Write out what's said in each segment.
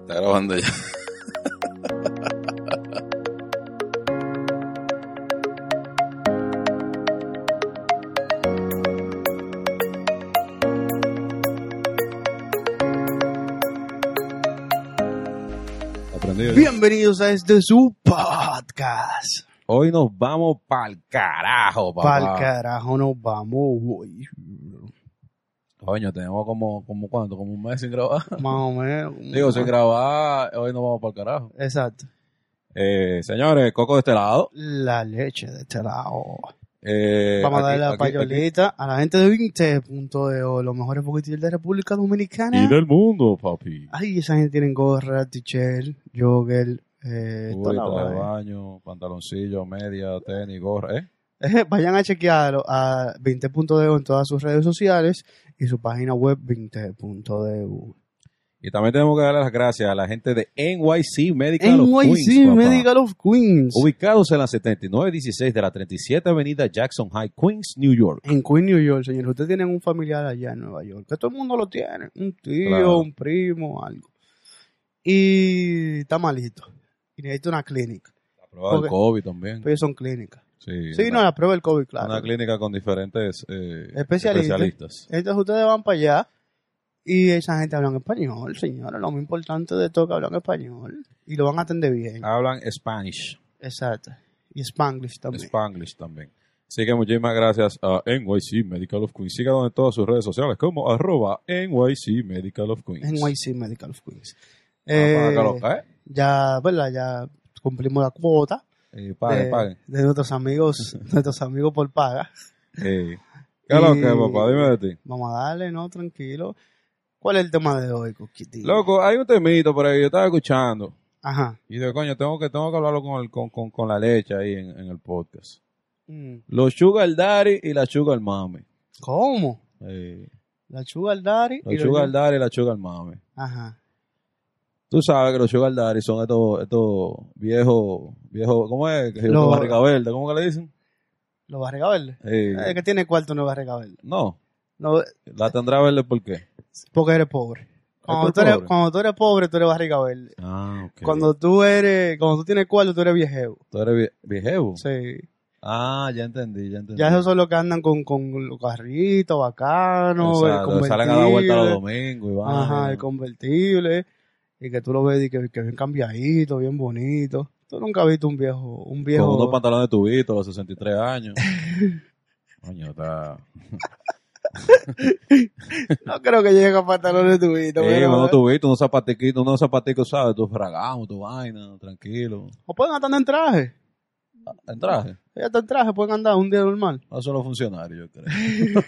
Está grabando ya. Aprendido. Bienvenidos a este su podcast. Hoy nos vamos pa'l carajo, papá. Pa'l carajo nos vamos hoy. Coño, tenemos como, como cuánto, como un mes sin grabar. Más o menos. Digo, sin grabar, hoy nos vamos pa'l carajo. Exacto. Eh, señores, Coco de este lado. La leche de este lado. Eh, Vamos a aquí- darle la aquí- payolita a la gente de 20.eo, los mejores boquetillos de la República aquí. Dominicana. Y del mundo, papi. Ay, esa gente tiene gorra, tichel, jogger, eh, Uy, toda la traje de vaina. baño, pantaloncillo, media, tenis, gorra, ¿eh? Eh, Vayan a chequearlo a 20.eu en todas sus redes sociales y su página web 20.eu. Y también tenemos que darle las gracias a la gente de NYC Medical of Queens, NYC papá. Medical of Queens. Ubicados en la 7916 de la 37 Avenida Jackson High, Queens, New York. En Queens, New York, señor. Ustedes tienen un familiar allá en Nueva York, que todo el mundo lo tiene. Un tío, Claro. un primo, algo. Y está malito. Y necesita una clínica. La prueba Ok. del COVID también. Pero ellos son clínicas. Sí, Sí, no, una, la prueba del COVID, claro. una clínica con diferentes eh, Especialistas. especialistas. Entonces ustedes van para allá y esa gente habla en español, señora. Lo más importante de todo es que hablan español. Y lo van a atender bien. Hablan Spanish, Exacto. Y Spanglish también. Spanglish también. Así que muchísimas gracias a NYC Medical of Queens. Síganos en todas sus redes sociales como arroba NYC Medical of Queens. NYC Medical of Queens. Ah, Eh, para acá, ¿eh? ya, ¿verdad? Ya cumplimos la cuota. Eh, paguen, de, paguen. de nuestros amigos, nuestros amigos por paga. Eh, ¿Qué es lo Y- que, papá? Dime de ti. Vamos a darle, ¿no? Tranquilo. ¿Cuál es el tema de hoy, Coquitín? Loco, hay un temito por ahí, yo estaba escuchando. Ajá. Y de coño, tengo que, tengo que hablarlo con, el, con, con, con la leche ahí en, en el podcast. Mm. Los sugar daddy y la sugar mami. ¿Cómo? Eh, La Sugar Daddy los y los- sugar daddy y la sugar mami. Ajá. Tú sabes que los sugar daddy son estos, estos viejos, viejos, ¿cómo es? Que Los- barriga verde, ¿cómo que le dicen? ¿Los Barriga Verde? Eh, El que tiene cuarto no es Barriga Verde. no, No, la tendrá verde ¿por qué? porque eres pobre. Cuando tú, eres, pobre? cuando tú eres pobre, tú eres Barriga Verde. Ah, ok. Cuando tú eres, cuando tú tienes cuarto, tú eres viejevo. Tú eres vie- viejevo. Sí. Ah, ya entendí, ya entendí. Ya esos son los que andan con, con los carritos bacanos, eh, el Exacto, que salen a dar vuelta los convertible. domingos y van. eh, Ajá, el convertible. Y que tú lo ves y que, que bien cambiadito, bien bonito. Tú nunca has visto un viejo, un viejo. Con unos pantalones tubitos a los 63 años. Coño, está... No creo que llegue con pantalones tubitos, Sí, eh, pero- unos tubitos, unos zapatiquitos, unos zapaticos, ¿sabes? Tus fragamos, tu vaina, tranquilo. O pueden andar en traje. En traje. Ellos están en traje, pueden andar un día normal. No son los funcionarios, yo creo.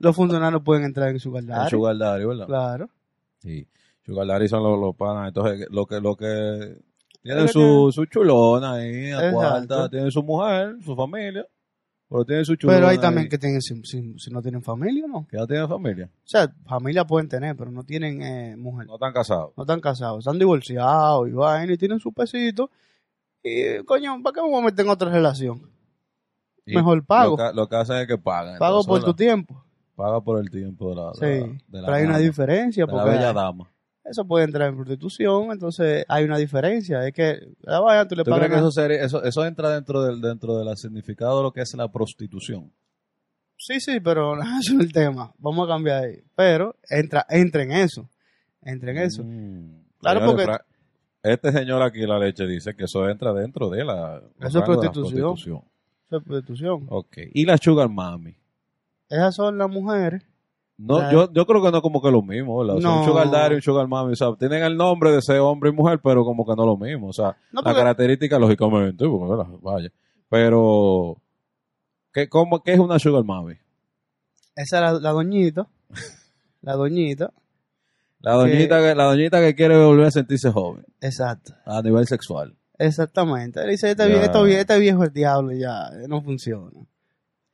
Los funcionarios pueden entrar en su El guardar. sugar daddy, ¿verdad? Claro. Sí. Sugar daddy son los, los panas. Entonces, lo que, lo que... Tienen Lo que- su, su chulona ahí, a Exacto. cuarta. Tienen su mujer, su familia. Pero tienen su chulona Pero hay también ahí. que tienen, si, si- si no tienen familia, ¿no? Que ya tienen familia. O sea, familia pueden tener, pero no tienen eh, mujer. No están casados. No están casados, están divorciados y vaina y tienen su pesito. Y coño, ¿para qué me voy a meter en otra relación? Y Mejor Lo pago. que, lo que hacen es que pagan. Pago Entonces, por la- tu tiempo. Paga por el tiempo de la, de la- Sí. de la Pero hay una dama, diferencia de la bella porque dama. eso puede entrar en prostitución, entonces hay una diferencia. Es que la vaina tú le ¿Tú crees pagas. que eso, sería- eso, eso entra dentro del dentro del significado de lo que es la prostitución? Sí, sí, pero no, eso no es el tema. Vamos a cambiar ahí. Pero entra, entra en eso. Entra en eso. Mm. Claro, Señores, porque- Fra- Este señor aquí, la leche, dice que eso entra dentro de la, los Eso rangos es de la prostitución. prostitución. Eso es prostitución. Ok. Y la sugar mami. Esas son las mujeres. No, La- yo, yo creo que no es como que lo mismo, ¿verdad? O sea, un No. sugar daddy y un sugar mami, o sea, tienen el nombre de ser hombre y mujer, pero como que no lo mismo. O sea, No, la porque característica, lógicamente, porque, ¿verdad? vaya. Pero, ¿qué, cómo, ¿qué es una sugar mami? esa es la, la doñita. La doñita. La doñita, que, la doñita que quiere volver a sentirse joven Exacto. a nivel sexual. Exactamente. Él dice, este, Ya. vie- este vie- este viejo es diablo ya, eh, no funciona.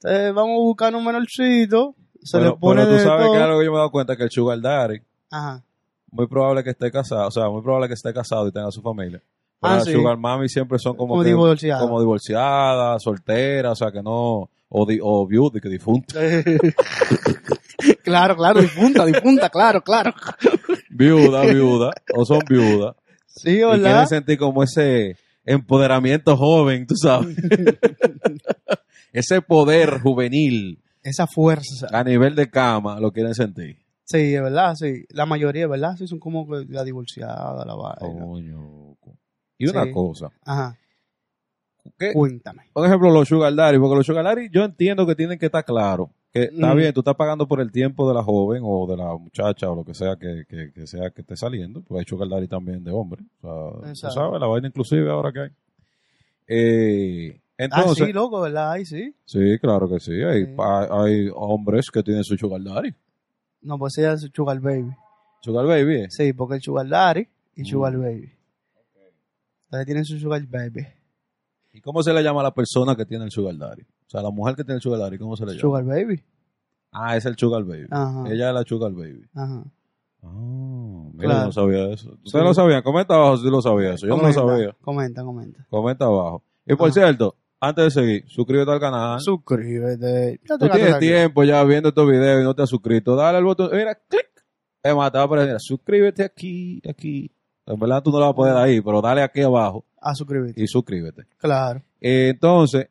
Entonces vamos a buscar un menorcito, se pero, le pone pero tú de sabes todo. que algo que yo me he dado cuenta es que el sugar daddy, Ajá. muy probable que esté casado, o sea, muy probable que esté casado y tenga su familia. Pero Ah, las sí. sugar mami siempre son como, Como que- divorciado. como divorciadas, solteras, o sea, que no, o, di- o viuda, que difunta. claro, claro, difunta, difunta, claro, claro. viuda, viuda, o son viudas. Sí, Y quieren ¿verdad? sentir como ese empoderamiento joven, tú sabes. ese poder juvenil Esa fuerza. a nivel de cama lo quieren sentir. Sí, es verdad, sí. La mayoría, ¿verdad? Sí, son como que la divorciada, la vaina. Oh. Coño. Y una Sí. cosa. Ajá, ¿qué- cuéntame. Por ejemplo, los Sugar Daddy, porque los Sugar Daddy yo entiendo que tienen que estar claros. Que está Mm. bien, tú estás pagando por el tiempo de la joven o de la muchacha o lo que sea que, que, que sea que esté saliendo, porque hay Sugar Daddy también de hombre. O sea, tú Exacto. sabes, la vaina inclusive ahora que hay. Eh, entonces, ah, sí, loco, ¿verdad? Ahí sí. Sí, claro que sí. Hay, Sí. pa- hay hombres que tienen su sugar daddy. No, pues ella es Sugar Baby. Sugar baby. es. Sí, porque el Sugar Daddy y Mm. Sugar Baby. Entonces tienen su Sugar Baby. ¿Y cómo se le llama a la persona que tiene el sugar daddy? O sea, la mujer que tiene el sugar daddy, ¿cómo se le llama? Sugar Baby. Ah, es el sugar baby. Ajá. Ella es la sugar baby. Ajá. Ah, mira, Claro. yo no sabía eso. Ustedes Sí. lo sabían. Comenta abajo si lo sabía eso. Yo Comenta, no lo sabía. Comenta, comenta. Comenta abajo. Y por Ajá. cierto, antes de seguir, suscríbete al canal. Suscríbete. Ya te Ah. Tú gato tienes aquí. tiempo ya viendo estos videos y no te has suscrito. Dale al botón. Mira, clic. Es más, te va a aparecer, mira, Suscríbete aquí, aquí. En verdad tú no lo vas a poner ahí, pero dale aquí abajo A Ah, suscribirte. y suscríbete. Claro. Eh, entonces,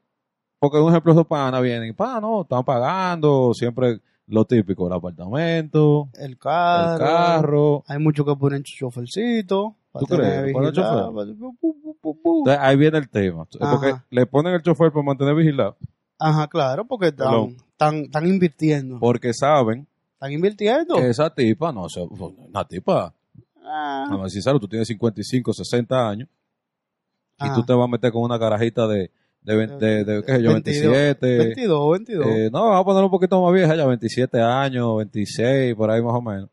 porque un ejemplo, esos panas vienen, pa, no, están pagando siempre lo típico, el apartamento, El carro. el carro. Hay muchos que ponen su chofercito. para ¿Tú crees? tener ¿Ponen vigilado, para- pu, pu, pu, pu. Entonces, ahí viene el tema. Ajá. Porque le ponen el chofer para mantener vigilado, Ajá, claro, porque están, Hello. están, están invirtiendo. porque saben Están invirtiendo. que esa tipa, no, sé, una tipa, Ah, no, sincero, tú tienes 55, 60 años. Ah, y ajá. tú te vas a meter con una carajita de, de, vein- de, de, qué sé yo, 22, 27. 22, 22. eh, no, vamos a poner un poquito más vieja ya, 27 años, 26, por ahí más o menos.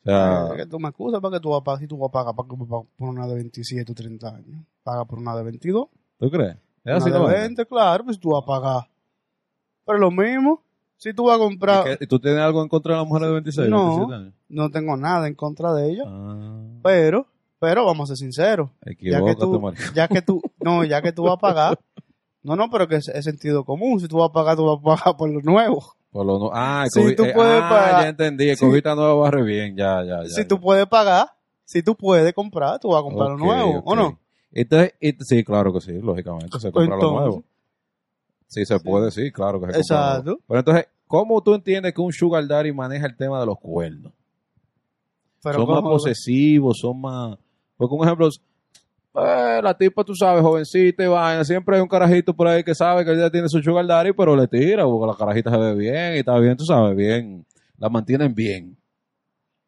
O sea, Eh, que tú me acusas para que tú vas a pagar, si tú vas a pagar para, para- por una de 27 o 30 años. Paga por una de 22. ¿tú crees? Es Una así, de ¿no? 20, claro, pues tú vas a pagar. Pero lo mismo, si tú vas a comprar, ¿Y qué- ¿Tú tienes algo en contra de las mujeres de 26, No. 27 años? no tengo nada en contra de ella, Ah, pero, pero vamos a ser sinceros. Ya que equivócate, tú, marico. ya que tú, no, ya que tú vas a pagar, no, no, pero que es, es sentido común. Si tú vas a pagar, tú vas a pagar por lo nuevo. Por lo no- Ah, Si Covid- tú eh, puedes ah, pagar- ya entendí, si- Covita nueva barre bien, ya, ya, ya. si tú puedes pagar, si tú puedes comprar, tú vas a comprar Ok, lo nuevo, ¿o ok. no? Entonces, ent- sí, claro que sí, lógicamente, se compra lo Entonces. nuevo. Sí, se puede, sí, claro que se compra Exacto. lo nuevo. Pero entonces, ¿cómo tú entiendes que un sugar daddy maneja el tema de los cuernos? Pero son más ¿cómo? posesivos, son más... Porque un ejemplo, eh, la tipa, tú sabes, jovencita y vaina, siempre hay un carajito por ahí que sabe que ella tiene su sugar daddy, pero le tira, porque la carajita se ve bien y está bien, tú sabes, bien, la mantienen bien.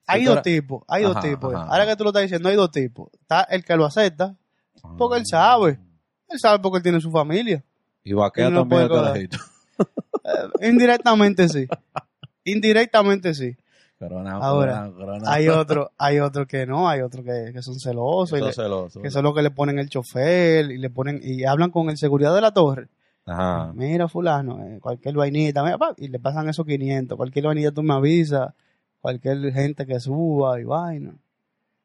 hay Sí, dos cara- tipos, hay dos Ajá, tipos. ajá, Ahora ajá. que tú lo estás diciendo, hay dos tipos. Está el que lo acepta, Porque él sabe. él sabe porque él tiene su familia. Y vaquea Él no también puede al cobrar. carajito. Eh, indirectamente sí. Indirectamente sí. Corona, Ahora, corona, corona. Hay otro, hay otro que no, hay otro que, que son celosos, y Eso le- es celoso. que son los que le ponen el chofer y le ponen y hablan con el seguridad de la torre. Ajá. Mira, fulano, eh, cualquier vainita, mira, pa, y le pasan esos 500. Cualquier vainita tú me avisas, cualquier gente que suba y vaina.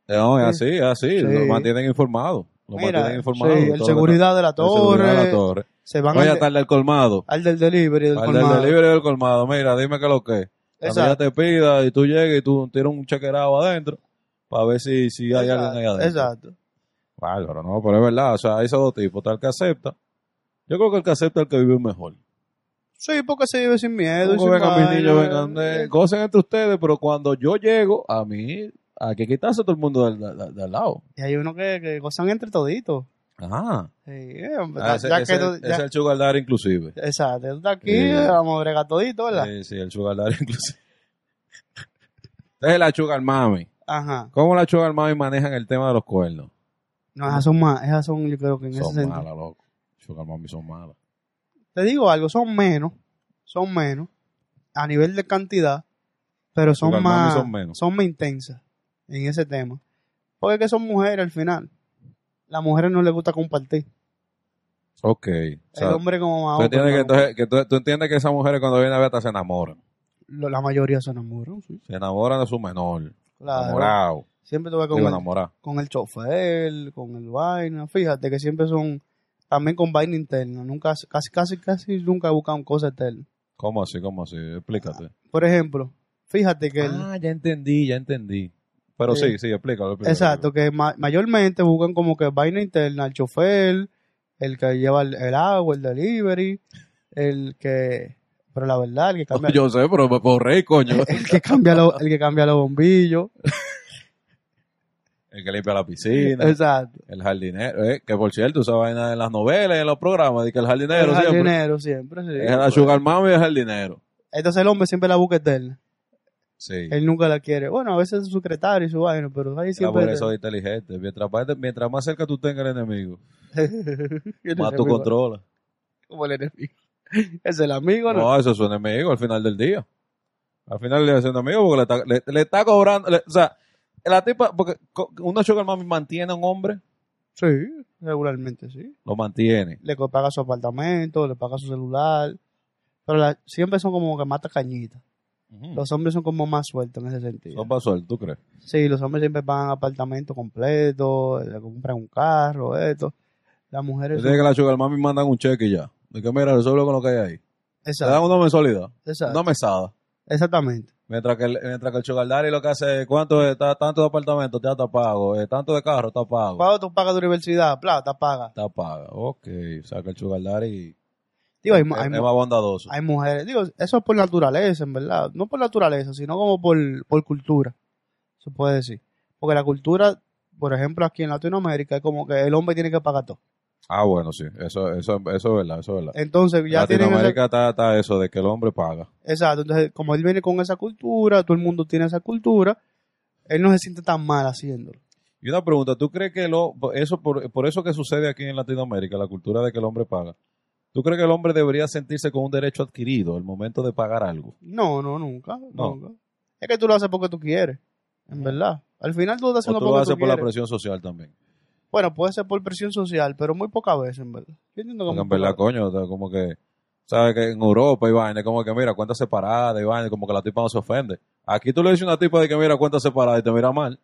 Eh, No, es Sí. así, es así. Sí. Lo mantienen informado. Lo Mira, mantienen informado. sí, de el todo seguridad de lo la que- el seguridad de la torre, torre. se van Voy al, a de- estarle al colmado. al del delivery, del Al del colmado. delivery del colmado. Mira, dime que lo que. Cuando ella Exacto, te pida y tú llegues y tú tiras un chequerado adentro para ver si, si hay alguien ahí exacto, adentro. exacto. Bárbaro, no, pero es verdad. O sea, hay esos dos tipos. Tal que acepta. Yo creo que el que acepta es el que vive mejor. Sí, porque se vive sin miedo. y Como sin vengan mis vaina. niños, vengan, eh, gocen entre ustedes, pero cuando yo llego, a mí, hay que quitarse todo el mundo del, del- del lado. Y hay uno que, que gozan entre toditos. Ajá. Sí, eh, hombre, Ah, ya- ese, ya ese- que tú- ese ya- es el sugar daddy inclusive. Exacto, tú estás aquí, Sí. eh, vamos a bregar todito, ¿verdad? Sí, sí, el sugar daddy inclusive. Entonces la sugar mami. Ajá. ¿Cómo la sugar mami manejan el tema de los cuernos? No, esas son más, esas son, yo creo que en ese Son sentido. malas, loco. Sugar mami son malas. te digo algo, son menos, son menos a nivel de cantidad, pero son Sugar mami más, son menos. intensas en ese tema. Porque es que son mujeres al final. Las mujeres no les gusta compartir. Ok. O el sea, hombre como más tú, entiendes que, hombre, no- entonces- que tú, tú entiendes que esas mujeres cuando vienen a ver hasta se enamoran. lo- la mayoría se enamoran, sí. Se enamoran de su menor. Claro. Enamorado. Siempre tú vas con Digo, el, enamorado. con el chofer, con el vaina. Fíjate que siempre son también con vaina interna. Nunca, casi, casi, casi nunca buscan cosas externas. ¿Cómo así? ¿Cómo así? Explícate. Por ejemplo, fíjate que el- Ah, ya entendí, ya entendí. Pero Sí. sí, sí, explícalo. explícalo. Exacto, que ma- mayormente buscan como que vaina interna, el chofer, el que lleva el, el agua, el delivery, el que... Pero la verdad, el que cambia, Yo sé, pero me corré, coño. el que cambia, lo- el que cambia los bombillos. el que limpia la piscina, Exacto. el jardinero. eh, que por cierto, esa vaina en las novelas y en los programas, de que el jardinero el siempre jardinero siempre, sí. es la sugar mama y el jardinero. Entonces el hombre siempre la busca eterna. Sí. Él nunca la quiere. Bueno, a veces es su secretario y su vaina, pero ahí La mujer siempre... Ah, es inteligente. Mientras más, mientras más cerca tú tengas el enemigo, Él más es tú amigo, controlas. Como el enemigo. Es el amigo, ¿no? No, eso es un enemigo al final del día. Al final le es un enemigo porque le está, le, le está cobrando. le- o sea, la tipa, porque co- una sugar mami mantiene a un hombre, Sí, regularmente sí. lo mantiene. le co- paga su apartamento, le paga su celular. Pero la- siempre son como que mata cañitas. Los hombres son como más sueltos en ese sentido. Mm. Son pasó ¿tú crees? Sí, los hombres siempre van a apartamento completo, le compran un carro, esto. Las mujeres. Desde son- que la sugar mami mandan un cheque y ya. De que mira, resuelve con lo que hay ahí. Te dan Exacto, una mensualidad, exacto, una mesada. exactamente. Mientras que el, mientras que el sugar daddy lo que hace es cuánto está tanto de apartamento, ya está pago, eh, tanto de carro, está pago. Pago, tú pagas tu universidad, plata, paga. Está paga. Ok, saca el sugar daddy. Digo, hay, es, mu- hay es mu- más bondadoso. hay mujeres. Digo, eso es por naturaleza, en verdad. No por naturaleza, sino como por, por cultura. Se puede decir. Porque la cultura, por ejemplo, aquí en Latinoamérica, es como que el hombre tiene que pagar todo. Ah, bueno, sí. Eso, eso, eso es verdad, eso es verdad. Entonces, En ya tienen esa- Latinoamérica está, está eso de que el hombre paga. Exacto, entonces como él viene con esa cultura, todo el mundo tiene esa cultura, él no se siente tan mal haciéndolo. Y una pregunta, ¿tú crees que lo, eso por, por eso que sucede aquí en Latinoamérica, la cultura de que el hombre paga, ¿tú crees que el hombre debería sentirse con un derecho adquirido al momento de pagar algo? No, no, nunca, No. nunca. Es que tú lo haces porque tú quieres, en verdad. Al final tú lo estás ¿O haciendo tú lo porque tú haces por la quieres. presión social también? Bueno, puede ser por presión social, pero muy pocas veces, en verdad. Yo entiendo que Porque muy en verdad, pocas coño, o sea, como que, ¿sabes? Que en Europa, Iván, es como que, mira, cuenta separada, Iván, como que la tipa no se ofende. Aquí tú le dices a una tipa de que, mira, cuenta separada y te mira mal.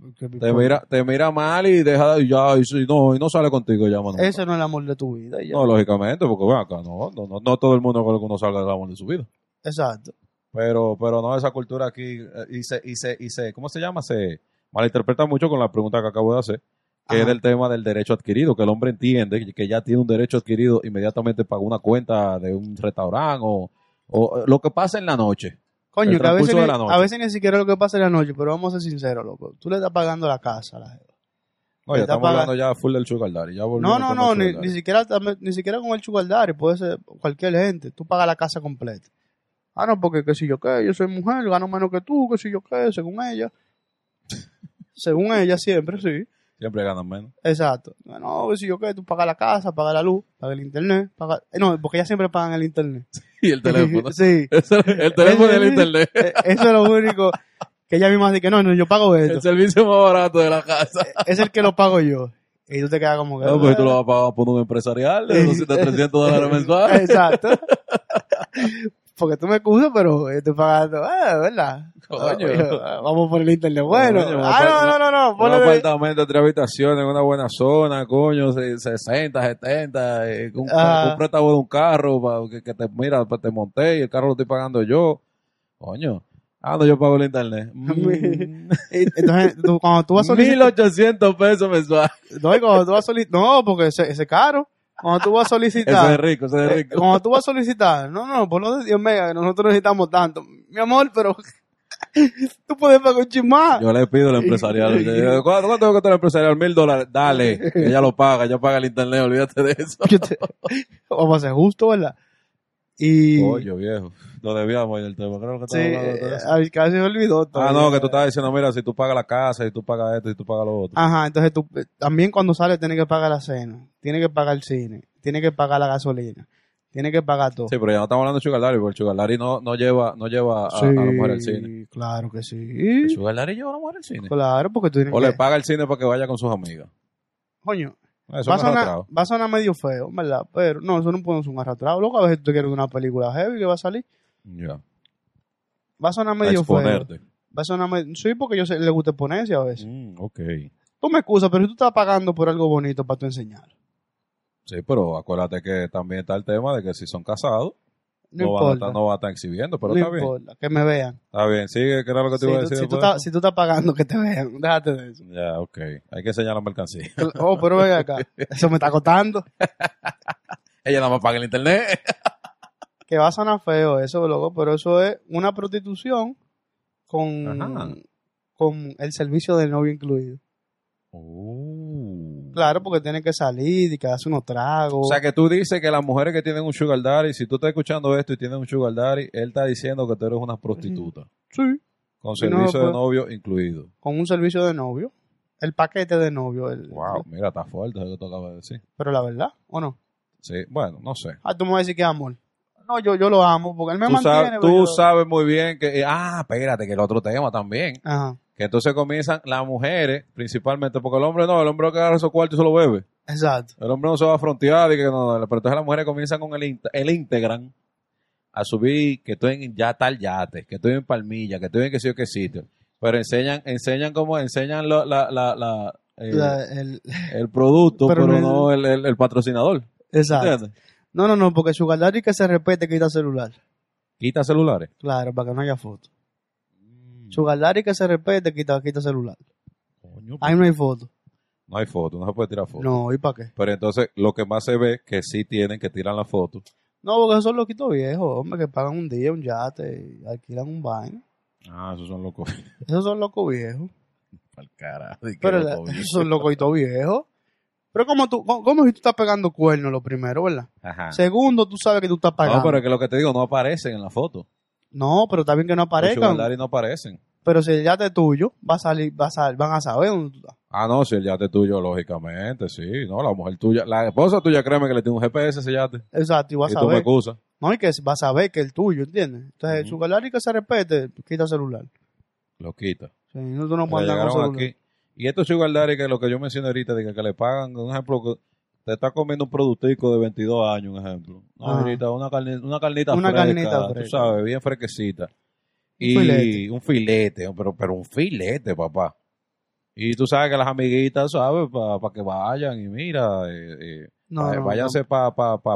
veces. Porque- Te mira, te mira mal y deja, y ya, y, si no, y no sale contigo, ya, mano. Ese no es el amor de tu vida. y ya. No, lógicamente, porque bueno, acá no, no, no, no todo el mundo con lo que uno salga del amor de su vida. Exacto. Pero, pero no, esa cultura aquí, eh, y se, y se, y se, ¿cómo se llama? Se malinterpreta mucho con la pregunta que acabo de hacer, que Ajá. es del tema del derecho adquirido, que el hombre entiende que ya tiene un derecho adquirido, inmediatamente paga una cuenta de un restaurante o, o, eh, lo que pasa en la noche. Coño, El que a veces, transcurso de ni, la noche. a veces ni siquiera lo que pasa en la noche, pero vamos a ser sinceros, loco. Tú le estás pagando la casa a la gente. No, ya Está estamos paga- hablando ya full del sugar daddy, ya volvimos No, no, con no, el ni, sugar ni daddy. siquiera, tam- ni siquiera con el sugar daddy, puede ser cualquier gente. Tú pagas la casa completa. Ah, no, porque qué si yo qué, yo soy mujer, gano menos que tú, qué si yo qué, según ella. según ella siempre, sí. Siempre ganan menos. Exacto. No, No, qué si yo qué, tú pagas la casa, pagas la luz, pagas el internet, pagas... eh, No, porque ellas siempre pagan el internet. Y el teléfono. sí. el teléfono y el internet. Eh, Eso es lo único que ella misma dice que no, no, yo pago El esto. servicio más barato de la casa. es el que lo pago yo. Y tú te quedas como que... No, pues tú lo vas a pagar por un empresarial de 200 a 300 dólares mensuales. Exacto. Porque tú me excusas, pero yo estoy pagando. Ah, ¿verdad? eh, Coño. Ah, Vamos por el internet. Bueno. Coño, ah, no, no, no, no. Un ponle de- apartamento, tres habitaciones, en una buena zona, coño, se- 60, 70, eh, un, Ajá. un préstamo de un carro pa- que, que te mira, pa- te monté y el carro lo estoy pagando yo. Coño. Ah, no, yo pago el internet. Mm. Entonces, tú- cuando tú vas solicitando. 1800 pesos mensual. No, y cuando tú vas solici- no, porque ese ese es caro. Cuando tú vas a Eso es solicitar. rico, eso es eh, rico. Cuando tú vas a solicitar, no, no, por lo de Dios mega, que nosotros necesitamos tanto. Mi amor, pero tú puedes pagar un chismá. Yo le pido al empresarial. yo digo, ¿Cuánto, cuánto cuesta el empresarial? Mil dólares. Dale, que ella lo paga, ya paga el internet, olvídate de eso. Yo te- Vamos a ser justos, ¿verdad? Y. Coño, viejo. Lo debíamos ir el tema. Creo que Sí, eh, estaba hablando de eso. al casi se me olvidó. Ah, todavía. no, que tú estabas diciendo, mira, si tú pagas la casa, si tú pagas esto, si tú pagas lo otro. Ajá, entonces tú eh, también cuando sales tienes que pagar la cena, tienes que pagar el cine, tienes que pagar la gasolina, tienes que pagar todo. Sí, pero ya no estamos hablando de Sugar Daddy, porque el Sugar Daddy no, no lleva, no lleva a, a la mujer al cine. claro que El sí. Eh. Sugar Daddy lleva a la mujer al cine. Claro, porque tú tienes O le que... paga al cine para que vaya con sus amigas. Coño, Eso va a, es un sonar, arrastrado. va a sonar medio feo, ¿verdad? Pero no, eso no puede ser un arrastrado. Loco, a veces tú te quieres ver una película heavy que va a salir. Ya. Va a sonar A medio feo. exponerte. Va a sonar medio... Sí, porque yo sé, le gusta ponerse a veces. Mm, ok. Tú me excusas, pero tú estás pagando por algo bonito para tú enseñar. Sí, pero acuérdate que también está el tema de que si son casados, No no, van a importa. estar, no van a estar exhibiendo, pero no está bien. importa. Que me vean. Está bien, sigue, que era lo que te si, iba a tú, decir. si tú después? estás, si tú estás pagando, que te vean. Déjate de eso. Ya, ok. Hay que enseñar la mercancía. Oh, pero ven acá. Eso me está costando. Ella nada más paga el internet. Que va a sonar feo eso, loco, pero eso es una prostitución Ajá. con, con el servicio del novio incluido. Uh. Claro, porque tienen que salir y quedarse unos O tragos. sea que tú dices que las mujeres que tienen un sugar daddy, si tú estás escuchando esto y tienes un sugar daddy, él está diciendo que tú eres una prostituta. sí, Con Y no, servicio de pues- novio incluido. con un servicio de novio. El paquete de novio. el- Wow, mira, está fuerte eso que tú acabas de decir. Pero la verdad, ¿o no? Sí, bueno, no sé. Ah, tú me vas a decir que amor. No, yo, yo lo amo porque él me Tú, mantiene. sabes, pero tú yo- sabes muy bien que... eh, Ah, espérate, que el otro tema también. Ajá, Que entonces comienzan las mujeres, principalmente, porque el hombre no, el hombre que agarra esos cuartos y se lo bebe. exacto. El hombre no se va a frontear y que no, no, pero entonces las mujeres comienzan con el, int- el Instagram a subir que estoy en ya tal yate, que estoy en Palmilla, que estoy en que sé yo qué sitio. Pero enseñan, enseñan como, enseñan lo- la, la, la, eh, La- el- el producto, Pero pero, no no el, el- el patrocinador. exacto. ¿Entiendes? No, no, no, porque su y que se respete quita celular. Quita celulares. Claro, para que no haya foto. Su y que se respete quita, quita celular. Coño, Ahí no hay foto. no hay foto, no se puede tirar foto. No, ¿y para qué? Pero entonces lo que más se ve que sí tienen que tirar la foto. No, porque esos son loquitos viejos, hombre, que pagan un día un yate y alquilan un baño. Ah, esos son locos. Esos son locos viejos. Pa'l carajo, y que Pero loco la- bien. esos son loquitos viejos. Pero como tú, cómo- cómo si tú estás pegando cuernos lo primero, ¿verdad? Ajá. Segundo, tú sabes que tú estás Ah. pagando. No, pero es que lo que te digo, no aparecen en la foto. está bien que no Los aparezcan. Sugar Daddy no aparecen. Pero si el yate es tuyo, va a salir, va a sal- van a saber dónde tú estás. Ah, no, si el yate es tuyo, lógicamente, sí. No, la mujer tuya, la esposa tuya, créeme que le tiene un GPS a ese yate. Exacto, y va a Y tú me saber. excusas. No, y que va a saber que es el tuyo, ¿entiendes? Entonces, Ujú. su galán y que se respete, quita celular. Lo quita. Sí, no, tú no Cuando puedes andar con llegaron celular. aquí. Y estos sugar daddy, que lo que yo mencioné ahorita, de que, que le pagan, un ejemplo, que te está comiendo un productico de 22 años, un ejemplo. No, Ajá. ahorita, una carnita, una carnita Ah. Una fresca, carnita tú fresca. sabes, bien fresquecita. Y filete. un filete, pero, pero un filete, papá. Y tú sabes que las amiguitas, ¿sabes? Para que vayan y mira, eh, eh, No, Ay, no, váyanse para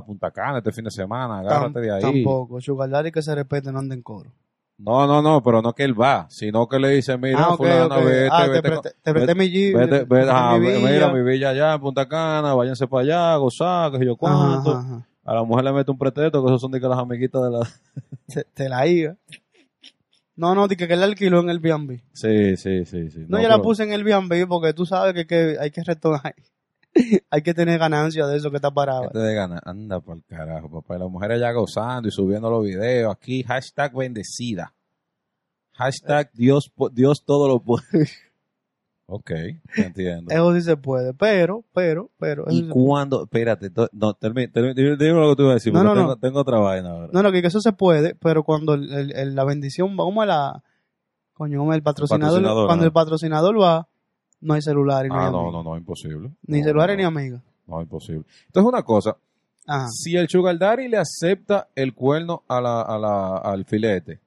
Punta Cana este fin de semana, tam- agárrate de ahí. Tampoco, su galán y que se respete no anda en coro. No, no, no, pero no que él va, sino que le dice, mira, ah, ok, fulana, ok. vete, ah, vete, te con- presté, te presté mi jeep. vete, te vete, presté ajá, mi villa. mira mi villa allá en Punta Cana, váyanse para allá, gozar, que sé yo Ajá, cuánto. ajá, ajá. A la mujer le mete un pretexto, que esos son de que las amiguitas de la... Te, te la iba. No, no, dije que él alquiló en el B&B. Sí, sí, sí, sí. No, yo la pero- puse en el B&B porque tú sabes que, que hay que retornar. hay que tener ganancia de eso que está parado. Gente este de gana, anda para el carajo, papá. Y la mujer allá gozando y subiendo los videos aquí, hashtag bendecida. Eh. Hashtag Dios, po- Dios todo lo puede. ok, te entiendo. Eso sí se puede, pero, pero, pero. eso Y sí se- cuando, espérate, to- no, termina, termina, dime lo que tú ibas a decir, No, porque no, tengo, no. tengo otra vaina ahora. No, no, que que eso se puede, pero cuando el- el- el- la bendición va, como la. Coño, ¿cómo es? el patrocinador. patrocinador, cuando ¿no? el patrocinador va, no hay celular y no hay ah, no, amiga. no, no, imposible. Ni No, celulares no, ni Ah. amiga. No, imposible. Entonces, una cosa, Ajá. si el sugar daddy le acepta el cuerno a la, a la, al filete,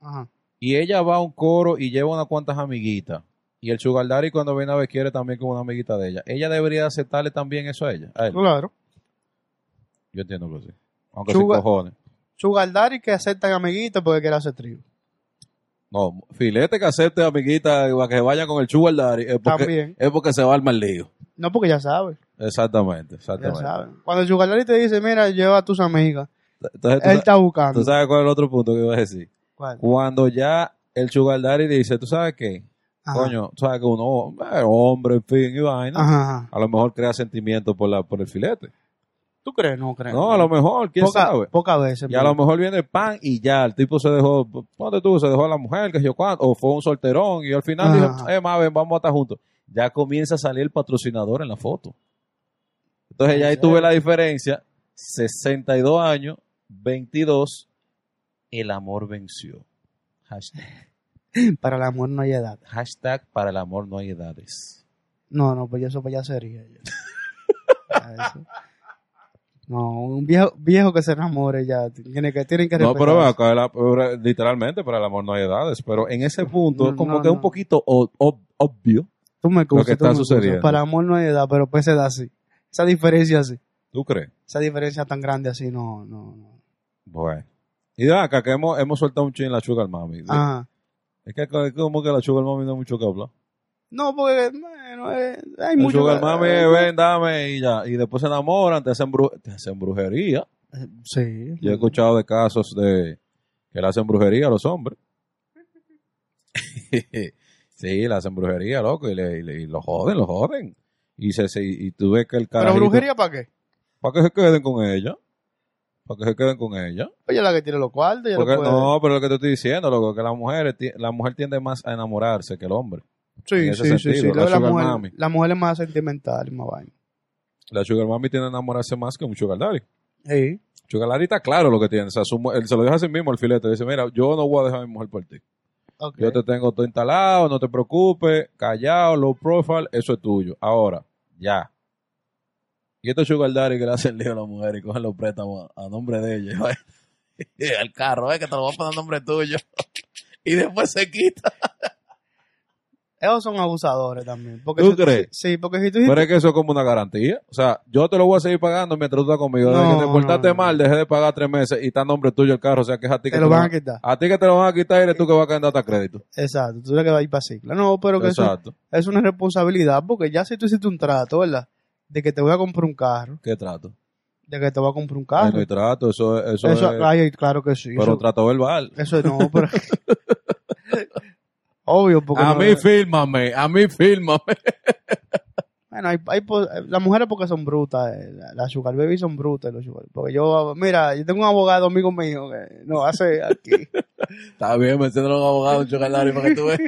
Ajá. y ella va a un coro y lleva unas cuantas amiguitas, y el sugar daddy cuando viene a ver quiere también con una amiguita de ella, ella debería aceptarle también eso a ella, a él. Claro. Yo entiendo que sí. Aunque Sugar- sin cojones. Sugar daddy que aceptan amiguitos porque quiere hacer trío. No, filete que acepte amiguita para que vaya con el sugar daddy, es porque, También. es porque se va a armar lío. No, porque ya sabes. Exactamente, Ya exactamente. sabes. Cuando el sugar daddy te dice, mira, lleva a tus amigas. Entonces, tú, Él sa- está buscando. tú sabes cuál es el otro punto que iba a decir. ¿Cuál? Cuando ya el sugar daddy dice, ¿tú sabes qué? Ajá. Coño, tú sabes que uno, eh, hombre, en fin, y vaina, Ajá, ajá. a lo mejor crea sentimientos por, la, por el filete. ¿Tú crees? No crees. No, a lo mejor, quién Poca- sabe. Pocas veces. Y a lo mejor viene el pan y ya, el tipo se dejó, ponte tú, se dejó a la mujer, que yo cuánto, o fue un solterón y al final Ajá. dijo, eh, más ven, vamos a estar juntos. Ya comienza a salir el patrocinador en la foto. Entonces ya ahí Sí. tuve la diferencia, 62 años, 22, el amor venció. Hashtag, Para el amor no hay edad. hashtag para el amor no hay edades. No, no, pues eso pues ya sería. ya. Ya eso. No, un viejo, viejo que se enamore ya tiene que tienen que No, pero respetarse. acá la- pero literalmente para el amor no hay edades, pero en ese punto es como Mm, No, que es no. un poquito o- ob- obvio. tú me excusas, que tú está me excusas. sucediendo. Para amor no hay edad, pero pues se da así. Esa diferencia así. ¿Tú crees? Esa diferencia tan grande así no no no. Bueno, Y de acá que hemos, hemos soltado un chin la sugar mami. Ajá. Es que es como que la sugar mami no hay mucho que hablar. No, porque bueno, eh, hay La mucho. sugar que- mami, eh, ven, dame y ya. Y después se enamoran, te hacen, bru- te hacen brujería. eh, Sí. Yo he escuchado de casos de que le hacen brujería a los hombres. sí, le hacen brujería, loco, y, le, y le- y lo joden, lo joden. Y, se, se- y tú ves que el ¿Pero carajito... brujería para qué? ¿Para que se queden con ella? ¿Para que se queden con ella? Oye, la que tiene los cuartos, ya Porque, lo puede. no, pero lo que te estoy diciendo, loco, que la mujer, ti- la mujer tiende más a enamorarse que el hombre. en sí, ese sí, sí, sí. sentido, Luego la La, sugar mujer, mami. la mujer es más sentimental, y más vaina. La sugar mami tiende a enamorarse más que un sugar daddy. Sí. Sugar daddy está claro lo que tiene. O sea, su mu- él se lo deja a sí mismo el filete. Dice, mira, yo no voy a dejar a mi mujer por ti. ok. Yo te tengo todo instalado, no te preocupes, callado, low profile, eso es tuyo. Ahora, ya. Y estos sugar daddy que le hacen lío a las mujeres y cogen los préstamos a a nombre de ellos. El carro, eh, que te lo voy a poner a nombre tuyo. y después se quita. Ellos son abusadores también. Porque ¿Tú si- crees? Sí, porque si tú Pero es que eso es como una garantía. O sea, yo te lo voy a seguir pagando mientras tú estás conmigo. Desde No, que te portaste no, no. mal, dejé de pagar tres meses y está a nombre tuyo el carro. O sea, que es a ti que te lo van a quitar. a ti que te lo van a quitar y eres tú que vas a quedar hasta crédito. Exacto, tú sabes que va a ir para cicla. No, pero que eso Exacto. es una responsabilidad, porque ya si tú hiciste un trato, ¿verdad? De que te voy a comprar un carro, ¿Qué trato? de que te voy a comprar un Ahí carro. No hay trato, eso, es- eso, Ah. eso, es, ay, claro que sí. pero eso, trato verbal. eso no, pero. Obvio, porque. A no- mí fírmame, a mí fírmame. Bueno, hay, hay po- las mujeres porque son brutas, eh, la- las sugar baby son brutas, los sugar- Porque yo, mira, yo tengo un abogado amigo mío que no hace aquí. Está bien, me siento un abogado, un chocolate para que tú veas.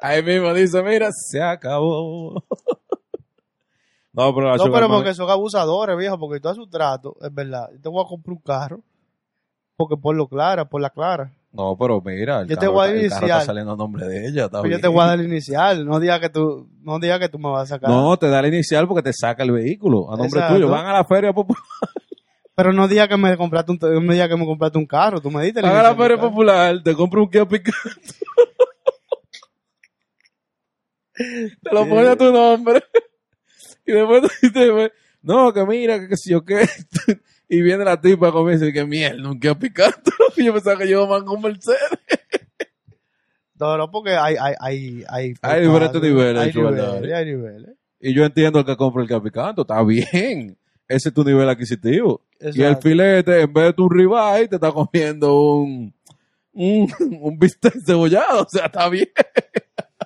Ahí mismo dice, mira, se acabó. No, pero la no, sugar pero mami- porque son abusadores, viejo, porque tú haces un trato, es verdad. Yo te voy a comprar un carro, porque por lo clara, por la clara. No, pero mira, el Yo te carro, voy a está- el carro está iniciar. saliendo a nombre de ella. está Pues yo bien. te voy a dar el inicial, no digas que tú, no digas que tú me vas a sacar. No, te da el inicial porque te saca el vehículo a nombre Exacto. tuyo. Van a la feria popular. Pero no digas que me compraste un, no digas que me compraste un carro, tú me diste el Van a la inicial del feria carro. popular, te compra un Kia Picanto. te lo pones a tu nombre. Y después tú dices, no, que mira, que qué sé yo qué. Y viene la tipa conmigo y dice, que mierda, un Kia Picanto. Y yo pensaba que yo iba a mandar un Mercedes. No, no, porque hay, hay, hay, hay. Hay portales, diferentes niveles, ¿eh? hay sugar daddy. niveles, hay niveles. Y yo entiendo el que compra el Kia Picanto. Está bien. Ese es tu nivel adquisitivo. Y el Exacto. filete, en vez de tu ribeye, te está comiendo un, un, un bistec cebollado. O sea, está bien.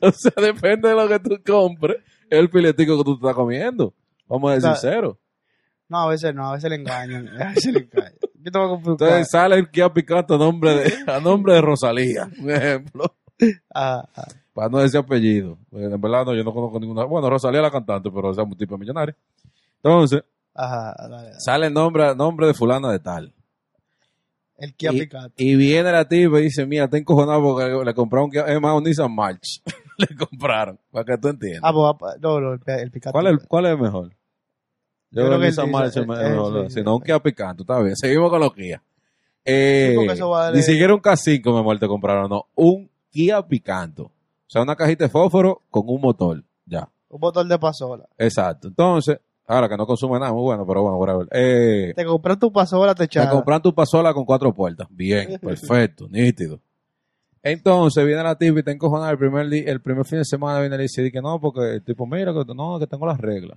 o sea, depende de lo que tú compres, es el filetico que tú te estás comiendo. Vamos a decir Está- sincero. No, a veces no, a veces le engañan, a veces le engañan. Yo te voy a comprar un carro. Entonces sale el Kia Picanto a nombre de, a nombre de Rosalía, un ejemplo. Ah, ah. Para no decir apellido. Porque En verdad, no, yo no conozco ninguna. Bueno, Rosalía la cantante, pero esa es un tipo de millonaria. Entonces, Ajá, dale, dale. sale el nombre, nombre de fulana de tal. El Kia Y- Picato. Y viene la tipa y dice, mira, te encojonado porque le compraron, un Kia- es más, un Nissan March. le compraron, para que tú entiendas. Ah, pues, ah, pues, no, no, el, el Picato. ¿Cuál, es, ¿Cuál es mejor? Yo, creo que el Nissan Nissan, March es eh, mejor. eh, sí, si no, un Kia Picanto, está bien. Seguimos con los Kia. Eh, Sí, porque eso va a darle- Ni siquiera un K5, mi amor, te compraron, no. Un Kia Picanto. O sea, una cajita de fósforo con un motor, ya. Un motor de pasola. Exacto. Entonces, ahora que no consume nada, muy bueno, pero bueno, whatever. Eh, Te compras tu pasola te techada. compran tu pasola con cuatro puertas. Bien, perfecto, nítido. Entonces viene la tipa y te encojona el primer, di- el primer fin de semana. Viene y le dice di que no, porque el tipo, mira, que, no, que tengo las reglas.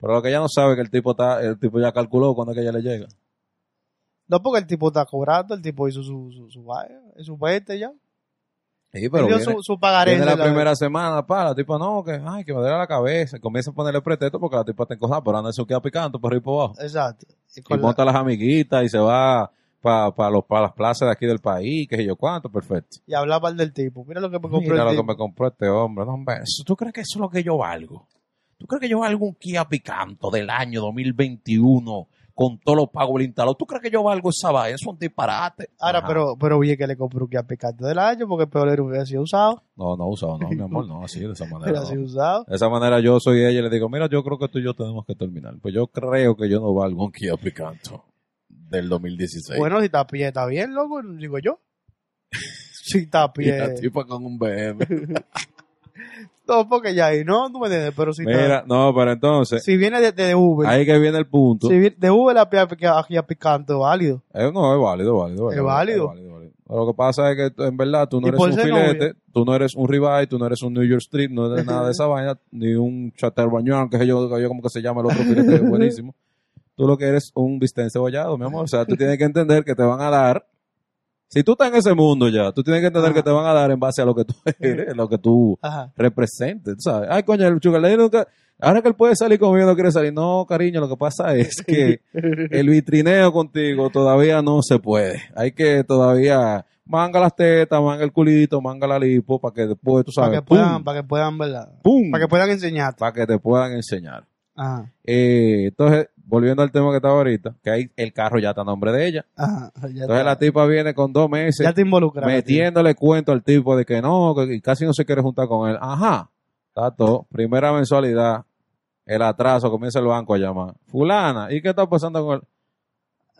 Pero lo que ella no sabe es que el tipo está, el tipo ya calculó cuando es que ella le llega. No, porque el tipo está cobrando, el tipo hizo su, su, su, vaina, su vete ya. Sí, pero Él dio viene, su, su pagaré. viene la, de la- primera semana, pa, la tipa, no, que, ay, que me duele la cabeza. Y Comienza a ponerle pretexto porque la tipa está encojonada, pero anda eso queda picando por arriba y por abajo. Exacto. Y y con la- monta las amiguitas y se va para los pa las plazas de aquí del país, que sé yo cuánto, perfecto. y hablaba mal del tipo. Mira lo que me compró Mira el lo que tipo. me compró este hombre. No, hombre, eso- ¿Tú crees que eso es lo que yo valgo? ¿Tú crees que yo valgo un Kia Picanto del año 2021 con todos los pagos del instalado? ¿Tú crees que yo valgo esa vaina? Eso es un disparate. Ahora, Ajá. pero, pero oye que le compró un Kia Picato del año, porque peor era hubiera sido usado. No, no, usado, no, mi amor, no, así, de esa manera. Hubiera no. sido usado. De esa manera yo soy ella y le digo, mira, yo creo que tú y yo tenemos que terminar. Pues yo creo que yo no valgo un Kia Picanto del 2016. Bueno, si está a pie, está bien, loco, digo yo. si está a Y la pie. tipa con un BM. No, porque ya ahí, ¿no? ¿Tú me entiendes? Pero si, Mira, no, pero entonces, si viene de, de Uber, ahí que viene el punto. si viene de Uber la pia, pia- pia picante, válido. Eh, no, es válido, válido. Es válido. válido. Lo que pasa es que tú, en verdad tú no Y eres por un ser filete, tú no eres un ribeye, tú no eres un New York Strip, no eres nada de esa vaina, ni un chaterbañón, que sé yo, que yo como que se llama el otro filete, que es buenísimo. Tú lo que eres un bistec cebollado, mi amor. O sea, tú tienes que entender que te van a dar. Si tú estás en ese mundo ya, tú tienes que entender que te van a dar en base a lo que tú eres, lo que tú Ajá. represente, tú ¿sabes? Ay, coño, el sugar daddy nunca... Ahora que él puede salir conmigo, no quiere salir. No, cariño, lo que pasa es que el vitrineo contigo todavía no se puede. Hay que todavía manga las tetas, manga el culito, manga la lipo, para que después, tú Para sabes, que puedan, ¡pum! para que puedan, ¿verdad? ¡pum! Para que puedan enseñarte. Pa' que te puedan enseñar. Ajá. Eh, entonces, volviendo al tema que estaba ahorita, que ahí el carro ya está a nombre de ella. Ajá. Ya, Entonces la te, tipa viene con dos meses ya te involucraron. metiéndole cuento al tipo de que no, que que casi no se quiere juntar con él. Ajá, tato, primera mensualidad, el atraso, comienza el banco a llamar. Fulana, ¿y qué está pasando con él?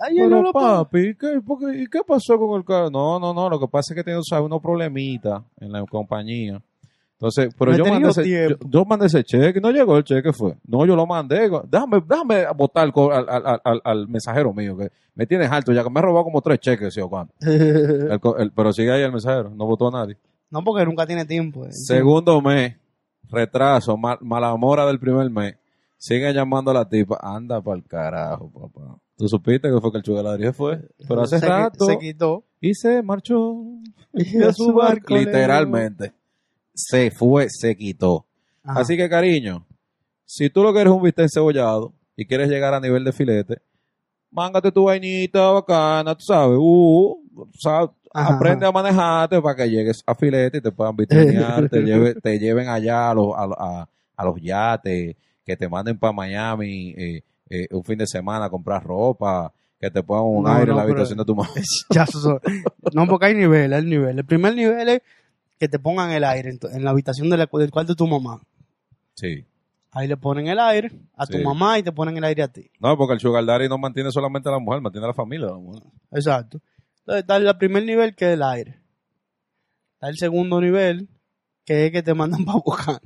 Ay, yo no Pero lo puedo. papi, ¿y qué, por qué- y qué pasó con el carro? No, no, no, lo que pasa es que tiene ¿sabes? unos problemitas en la compañía. Entonces, pero No he yo mandé, tenido ese, yo, tiempo. yo mandé ese cheque, no llegó el cheque, fue. No, yo lo mandé, go- déjame, déjame botar el co- al, al- al- al mensajero mío, que me tienes alto, ya que me ha robado como tres cheques, ¿sí o cuánto? El co- el- pero sigue ahí el mensajero, no votó a nadie. no, porque nunca tiene tiempo. eh. Segundo mes, retraso, mal, malamora del primer mes. Sigue llamando a la tipa, anda para el carajo, papá. Tú supiste que fue que el chugaladrillo fue, pero hace se, qui- rato Se quitó. y se marchó Y a su barco le- Literalmente, se fue, se quitó. Ajá. Así que, cariño, si tú lo que eres es un bistec cebollado y quieres llegar a nivel de filete, mángate tu vainita bacana, tú sabes, uh, tú sabes, Ajá, aprende a manejarte para que llegues a filete y te puedan vitrinear, te, lleve- te lleven allá a los, a, lo- a- a los yates, que te manden para Miami eh, eh, un fin de semana a comprar ropa, que te pongan un No, aire en no, la pero- habitación de tu mamá. Ya, eso son- no, porque hay niveles, hay niveles. El primer nivel es que te pongan el aire en, tu- en la habitación de la- del cuarto de tu mamá. Sí. Ahí le ponen el aire a tu Sí. mamá y te ponen el aire a ti. No, porque el sugar daddy no mantiene solamente a la mujer, mantiene a la familia de la mujer. Exacto. Entonces está el primer nivel que es el aire. Está el segundo nivel que es que te mandan para buscar.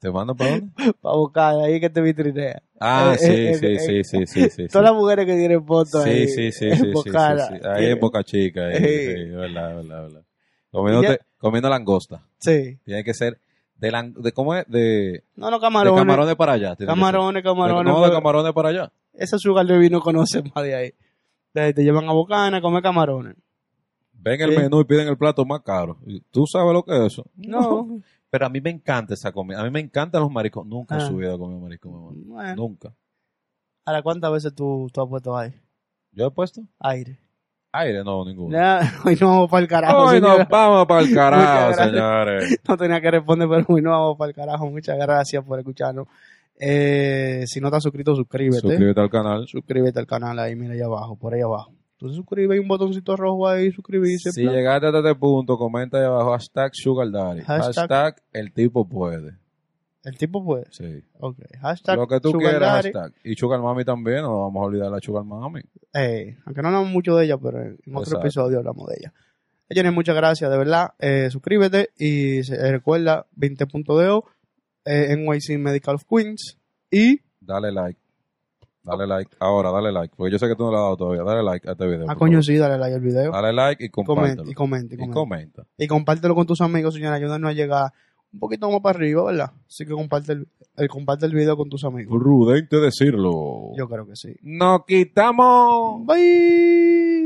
¿Te mandan para dónde? Para buscar, ahí es que te vitrinea. Ah, Eh, sí, eh, sí, eh, sí, sí, sí, sí, sí. Todas las mujeres que tienen fotos ahí. Sí, sí, sí, en sí, sí, sí, Bocara, sí. Ahí en tienen- Boca Chica, ahí, sí, Eh. es verdad, es verdad, es verdad. Comiéndote- comiendo langosta. Sí. Tiene que ser de, lang- de ¿cómo es? De, No, no, de camarones. camarones, camarones para allá. tiene que ser. camarones, pues. De- no, de pero- camarones para allá. Ese sugar baby no conoce más de ahí. Te, te llevan a Bocana a comer camarones. Ven el Sí. menú y piden el plato más caro. Y ¿Tú sabes lo que es eso? No. Pero a mí me encanta esa comida. A mí me encantan los mariscos. Nunca en Ah. su vida he comido mariscos, mi amor. Bueno, Nunca. ¿Ahora cuántas veces tú, tú has puesto ahí? ¿Yo he puesto? Aire. Aire, no, ninguno. Ya, hoy no vamos para el carajo. Hoy señora. nos vamos para el carajo, Muchas gracias. señores. No tenía que responder, pero hoy no vamos para el carajo. Muchas gracias por escucharnos. Eh, si no estás suscrito, suscríbete. Suscríbete al canal. Suscríbete al canal ahí, mira, allá abajo, por ahí abajo. Tú te suscribes, hay un botoncito rojo ahí, suscribirse. Si plan. llegaste hasta este punto, comenta ahí abajo hashtag Sugar Daddy. Hashtag, Hashtag- el tipo puede. El tipo puede. Sí. Ok. Hashtag Lo que tú Sugar quieras, Daddy. hashtag. Y Sugar Mami también, no vamos a olvidar la Sugar Mami. Eh, aunque no hablamos mucho de ella, pero en otro Exacto. episodio hablamos de ella. Jenny, muchas gracias, de verdad. Eh, suscríbete y se- eh, recuerda 20.deo eh, NYC Medical of Queens y Dale like. Dale like. Ahora, dale like. Porque yo sé que tú no le has dado todavía. Dale like a este video. a por Ah, coño favor. sí, dale like al video. Dale like y Comenta, compártelo. y comenta, y Y comenta. comenta. Y compártelo con tus amigos, señora. Ayúdanos a llegar un poquito más para arriba, ¿verdad? Así que comparte el, eh, comparte el video con tus amigos. Prudente decirlo. Yo creo que sí. Nos quitamos. Bye.